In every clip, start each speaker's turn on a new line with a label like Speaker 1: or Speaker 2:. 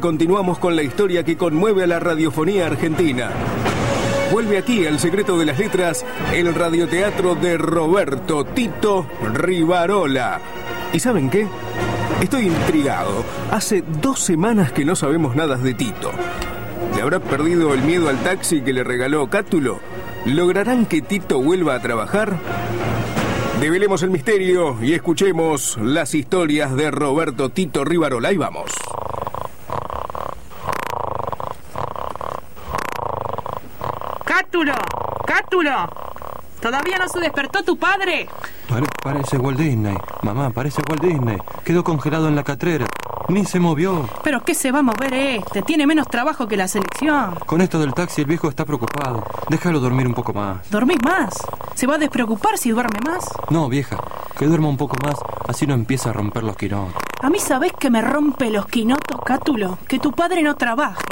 Speaker 1: continuamos con la historia que conmueve a la radiofonía argentina. Vuelve aquí El secreto de las letras, el radioteatro de Roberto Tito Rivarola. ¿Y saben qué? Estoy intrigado. Hace dos semanas que no sabemos nada de Tito. ¿Le habrá perdido el miedo al taxi que le regaló Cátulo? ¿Lograrán que Tito vuelva a trabajar? Develemos el misterio y escuchemos las historias de Roberto Tito Rivarola y vamos.
Speaker 2: ¡Cátulo! ¡Cátulo! ¿Todavía no se despertó tu padre?
Speaker 3: Pare- parece Walt Disney. Mamá, parece Walt Disney. Quedó congelado en la catrera. Ni se movió.
Speaker 2: ¿Pero qué se va a mover este? Tiene menos trabajo que la selección.
Speaker 3: Con esto del taxi el viejo está preocupado. Déjalo dormir un poco más.
Speaker 2: ¿Dormís más? ¿Se va a despreocupar si duerme más?
Speaker 3: No, vieja. Que duerma un poco más. Así no empieza a romper los quirones.
Speaker 2: A mí sabés que me rompe los quinotos, Cátulo. Que tu padre no trabaje.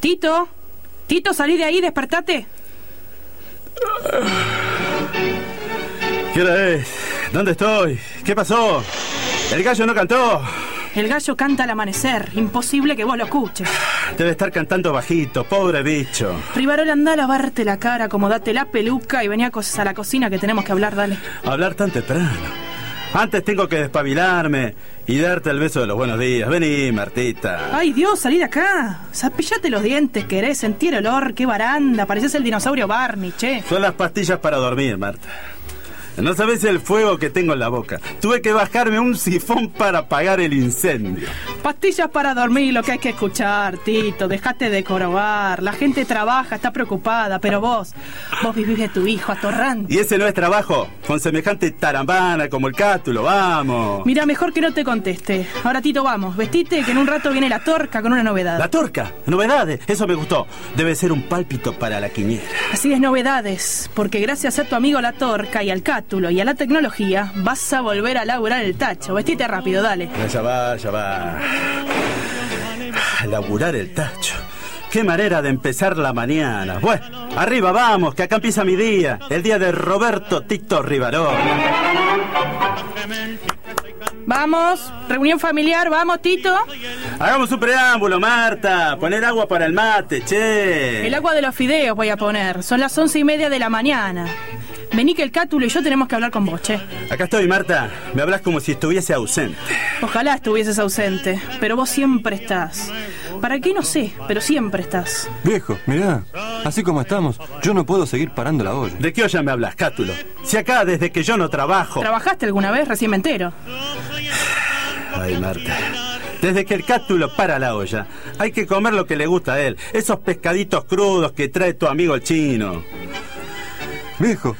Speaker 2: Tito, Tito, salí de ahí, despertate.
Speaker 4: ¿Qué hora es? ¿Dónde estoy? ¿Qué pasó? El gallo no cantó.
Speaker 2: El gallo canta al amanecer. Imposible que vos lo escuches.
Speaker 4: Debe estar cantando bajito, pobre bicho.
Speaker 2: Rivarola, anda a lavarte la cara, acomodate la peluca y venía a, cos- a la cocina que tenemos que hablar, dale.
Speaker 4: Hablar tan temprano. Antes tengo que despabilarme y darte el beso de los buenos días. Vení, Martita.
Speaker 2: Ay, Dios, salí de acá. Zapillate los dientes, querés sentir olor, qué baranda. Pareces el dinosaurio Barney, che.
Speaker 4: Son las pastillas para dormir, Marta. No sabes el fuego que tengo en la boca. Tuve que bajarme un sifón para apagar el incendio.
Speaker 2: Pastillas para dormir, lo que hay que escuchar, Tito. Dejate de corobar. La gente trabaja, está preocupada, pero vos, vos vivís de tu hijo, atorrante.
Speaker 4: Y ese no es trabajo. Con semejante tarambana como el cátulo, vamos.
Speaker 2: Mira, mejor que no te conteste. Ahora, Tito, vamos. Vestite que en un rato viene la torca con una novedad.
Speaker 4: La torca, novedades, eso me gustó. Debe ser un pálpito para la quiniela.
Speaker 2: Así es, novedades, porque gracias a tu amigo La Torca y al Cátulo y a la tecnología, vas a volver a laburar el tacho. Vestite rápido, dale.
Speaker 4: Ah, Ya va, ya va. Ah, Laburar el tacho. Qué manera de empezar la mañana. Bueno, arriba vamos, que acá empieza mi día. El día de Roberto Tito Rivaró.
Speaker 2: Vamos, reunión familiar, vamos, Tito.
Speaker 4: Hagamos un preámbulo, Marta. Poner agua para el mate, che.
Speaker 2: El agua de los fideos voy a poner. Son las once y media de la mañana. Vení que el cátulo y yo tenemos que hablar con vos, che.
Speaker 4: Acá estoy, Marta. Me hablas como si estuviese ausente.
Speaker 2: Ojalá estuvieses ausente, pero vos siempre estás. ¿Para qué no sé? Pero siempre estás.
Speaker 3: Viejo, mirá. Así como estamos, yo no puedo seguir parando la olla.
Speaker 4: ¿De qué olla me hablas, Cátulo? Si acá desde que yo no trabajo.
Speaker 2: ¿Trabajaste alguna vez? Recién me entero.
Speaker 4: Ay, Marta. Desde que el cátulo para la olla, hay que comer lo que le gusta a él. Esos pescaditos crudos que trae tu amigo el chino.
Speaker 3: Viejo,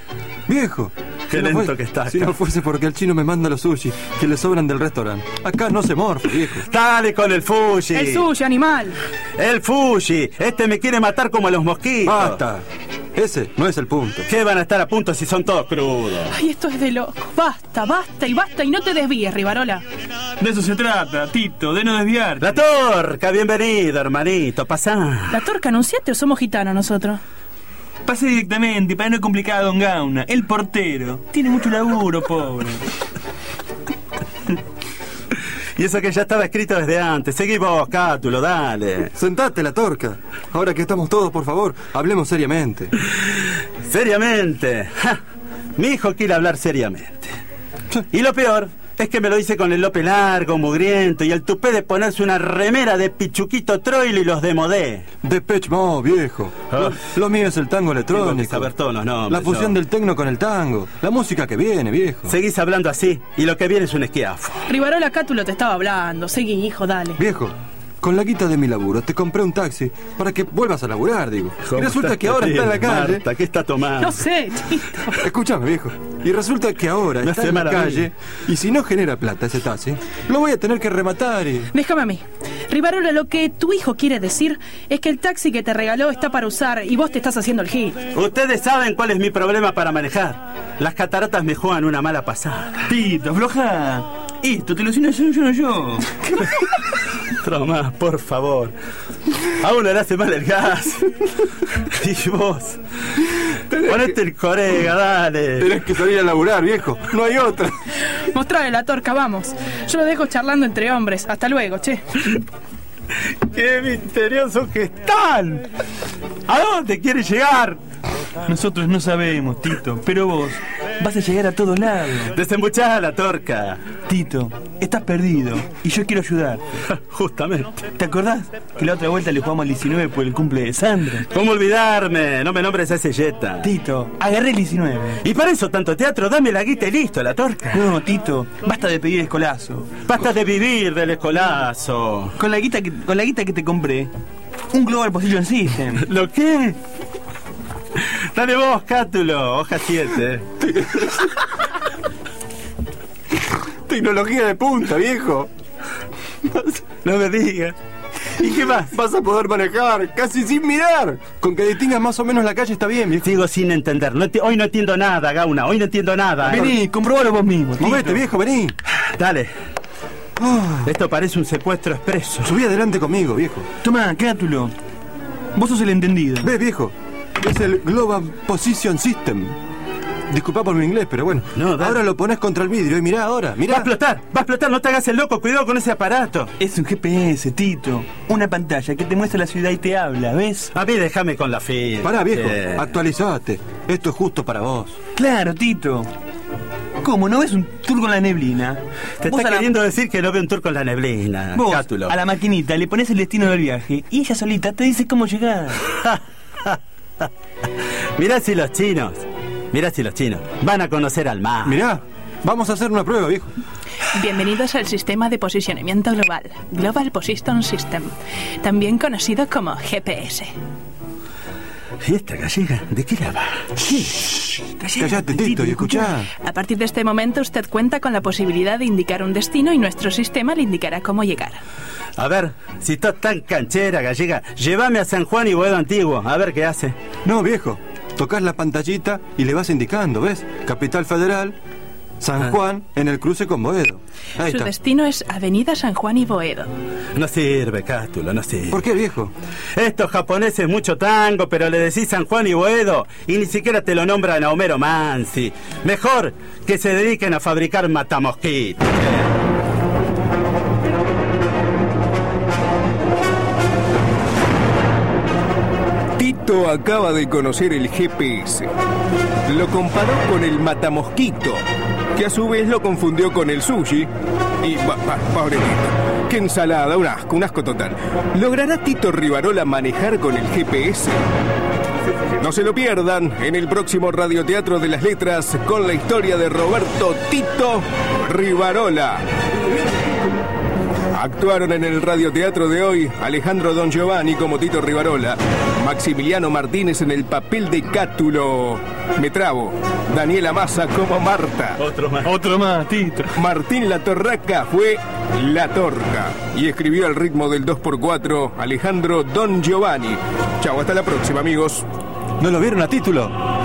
Speaker 3: viejo.
Speaker 4: Qué
Speaker 3: Si no
Speaker 4: lento
Speaker 3: fuese-
Speaker 4: que estás,
Speaker 3: Si no
Speaker 4: ¿no?
Speaker 3: fuese porque el chino me manda los sushi que le sobran del restaurante. Acá no se morfa, viejo.
Speaker 4: Dale con el Fuji.
Speaker 2: El suyo, animal.
Speaker 4: El Fuji. Este me quiere matar como a los mosquitos.
Speaker 3: Basta. Ese no es el punto.
Speaker 4: ¿Qué van a estar a punto si son todos crudos?
Speaker 2: Ay, esto es de loco. Basta, basta y basta y no te desvíes, Rivarola.
Speaker 5: De eso se trata, Tito, de no desviar.
Speaker 4: La torca, bienvenido, hermanito. Pasá.
Speaker 2: ¿La torca anunciaste o somos gitanos nosotros?
Speaker 5: Pase directamente, para no complicar a Don Gauna, el portero. Tiene mucho laburo, pobre.
Speaker 4: Y eso que ya estaba escrito desde antes. Seguí vos, cátulo, dale.
Speaker 3: Sentate la torca. Ahora que estamos todos, por favor, hablemos seriamente.
Speaker 4: Seriamente. Ja, Mi hijo quiere hablar seriamente. Y lo peor es que me lo hice con el lope largo, mugriento y el tupé de ponerse una remera de Pichuquito Troilo y los demodé.
Speaker 3: Depeche Mode, viejo. Lo,
Speaker 4: Ah.
Speaker 3: lo mío es el tango electrónico.
Speaker 4: Tengo que saber todos los nombres,
Speaker 3: La fusión
Speaker 4: yo.
Speaker 3: del tecno con el tango. La música que viene, viejo.
Speaker 4: Seguís hablando así y lo que viene es un esquiafo.
Speaker 2: Rivarola, cátulo te estaba hablando. Seguí, hijo, dale.
Speaker 3: Viejo, con la guita de mi laburo te compré un taxi para que vuelvas a laburar, digo. Y resulta que ahora está en la calle.
Speaker 4: Marta, ¿Qué está tomando?
Speaker 2: No sé, Tito.
Speaker 3: Escúchame, viejo. Y resulta que ahora
Speaker 4: No
Speaker 3: está
Speaker 4: hace
Speaker 3: en la
Speaker 4: maravilla.
Speaker 3: calle y si no genera plata ese taxi, lo voy a tener que rematar y...
Speaker 2: Déjame a mí. Rivarola, lo que tu hijo quiere decir es que el taxi que te regaló está para usar y vos te estás haciendo el gil.
Speaker 4: Ustedes saben cuál es mi problema para manejar. Las cataratas me juegan una mala pasada.
Speaker 5: Tito, afloja. Esto te lo hicieron yo, yo no yo.
Speaker 4: Tomás, por favor. A uno le hace mal el gas. Y vos. Ponete el corega, dale.
Speaker 3: Tenés que salir a laburar, viejo. No hay otra.
Speaker 2: Vos trae la torca, vamos. Yo lo dejo charlando entre hombres. Hasta luego, che.
Speaker 4: ¡Qué misteriosos que están! ¿A dónde quieres llegar?
Speaker 5: Nosotros no sabemos, Tito, pero vos vas a llegar a todos lados.
Speaker 4: Desembuchada la torca.
Speaker 5: Tito, estás perdido y yo quiero ayudar.
Speaker 4: Justamente.
Speaker 5: ¿Te acordás que la otra vuelta le jugamos al 19 por el cumple de Sandra?
Speaker 4: ¿Cómo olvidarme? No me nombres a ese yeta.
Speaker 5: Tito, agarré el 19.
Speaker 4: Y para eso tanto teatro, dame la guita y listo, la torca.
Speaker 5: No, Tito, basta de pedir escolazo.
Speaker 4: Basta de vivir del escolazo.
Speaker 5: Con la guita que, con la guita que te compré, un Global Position System.
Speaker 4: ¿Lo qué? Dale vos, Cátulo, hoja 7.
Speaker 3: Tecnología de punta, viejo.
Speaker 4: No me digas. ¿Y qué más?
Speaker 3: Vas a poder manejar casi sin mirar. Con que distingas más o menos la calle está bien, viejo.
Speaker 4: Sigo sin entender. No enti- hoy no entiendo nada, Gauna. Hoy no entiendo nada. eh.
Speaker 5: Vení, comprobalo vos mismo. Tito.
Speaker 3: Movete, viejo, vení.
Speaker 4: Dale. Esto parece un secuestro expreso.
Speaker 3: Subí adelante conmigo, viejo.
Speaker 5: Tomá, cátulo. Vos sos el entendido.
Speaker 3: Ve, viejo. Es el Global Position System. Disculpa por mi inglés, pero bueno.
Speaker 4: No, dale.
Speaker 3: ahora lo pones contra el vidrio y mirá ahora,
Speaker 4: Va a
Speaker 3: mirá.
Speaker 4: explotar, va a explotar, no te hagas el loco, cuidado con ese aparato.
Speaker 5: Es un GPS, Tito. Una pantalla que te muestra la ciudad y te habla, ¿ves?
Speaker 4: A mí déjame con la fe.
Speaker 3: Pará, viejo. Ah,
Speaker 4: Eh,
Speaker 3: Actualizate. Esto es justo para vos.
Speaker 5: Claro, Tito. ¿Cómo? ¿No ves un turco en la neblina?
Speaker 4: Te
Speaker 5: Vos
Speaker 4: está
Speaker 5: a la-
Speaker 4: queriendo decir que no veo un turco en la neblina.
Speaker 5: Vos,
Speaker 4: Cátulo.
Speaker 5: a la maquinita le pones el destino del viaje y ella solita te dice cómo llegar.
Speaker 4: Mirá si los chinos, mirá si los chinos van a conocer al mar.
Speaker 3: Mirá. Vamos a hacer una prueba, viejo.
Speaker 6: Bienvenidos al sistema de posicionamiento global, Global Position System, también conocido como GPS.
Speaker 4: ¿Y esta gallega? ¿De qué la va?
Speaker 3: Callate, Tito, y escuchá.
Speaker 6: A partir de este momento usted cuenta con la posibilidad de indicar un destino y nuestro sistema le indicará cómo llegar.
Speaker 4: A ver, si estás tan canchera gallega, llévame a San Juan y Boedo Antiguo, a ver qué hace.
Speaker 3: No, viejo. Tocas la pantallita y le vas indicando, ¿ves? Capital Federal, San Juan, en el cruce con Boedo. Ahí
Speaker 6: Su
Speaker 3: está.
Speaker 6: destino es Avenida San Juan y Boedo.
Speaker 4: No sirve, Cátulo, no sirve.
Speaker 3: ¿Por qué, viejo?
Speaker 4: Estos japoneses mucho tango, pero le decís San Juan y Boedo y ni siquiera te lo nombran a Homero Mansi. Mejor que se dediquen a fabricar matamosquitos.
Speaker 1: Tito acaba de conocer el GPS. Lo comparó con el matamosquito, que a su vez lo confundió con el sushi. Y, pa- pa- pobre Tito, qué ensalada, un asco, un asco total. ¿Logrará Tito Rivarola manejar con el GPS? No se lo pierdan en el próximo Radioteatro de las Letras con la historia de Roberto Tito Rivarola. Actuaron en el radioteatro de hoy Alejandro Don Giovanni como Tito Rivarola, Maximiliano Martínez en el papel de Cátulo, Metrabo, Daniela Massa como Marta,
Speaker 4: Otro más.
Speaker 5: Otro más, Tito.
Speaker 1: Martín La Torraca fue La Torca y escribió al ritmo del 2x4 Alejandro Don Giovanni. Chau, hasta la próxima amigos.
Speaker 3: ¿No lo vieron a título?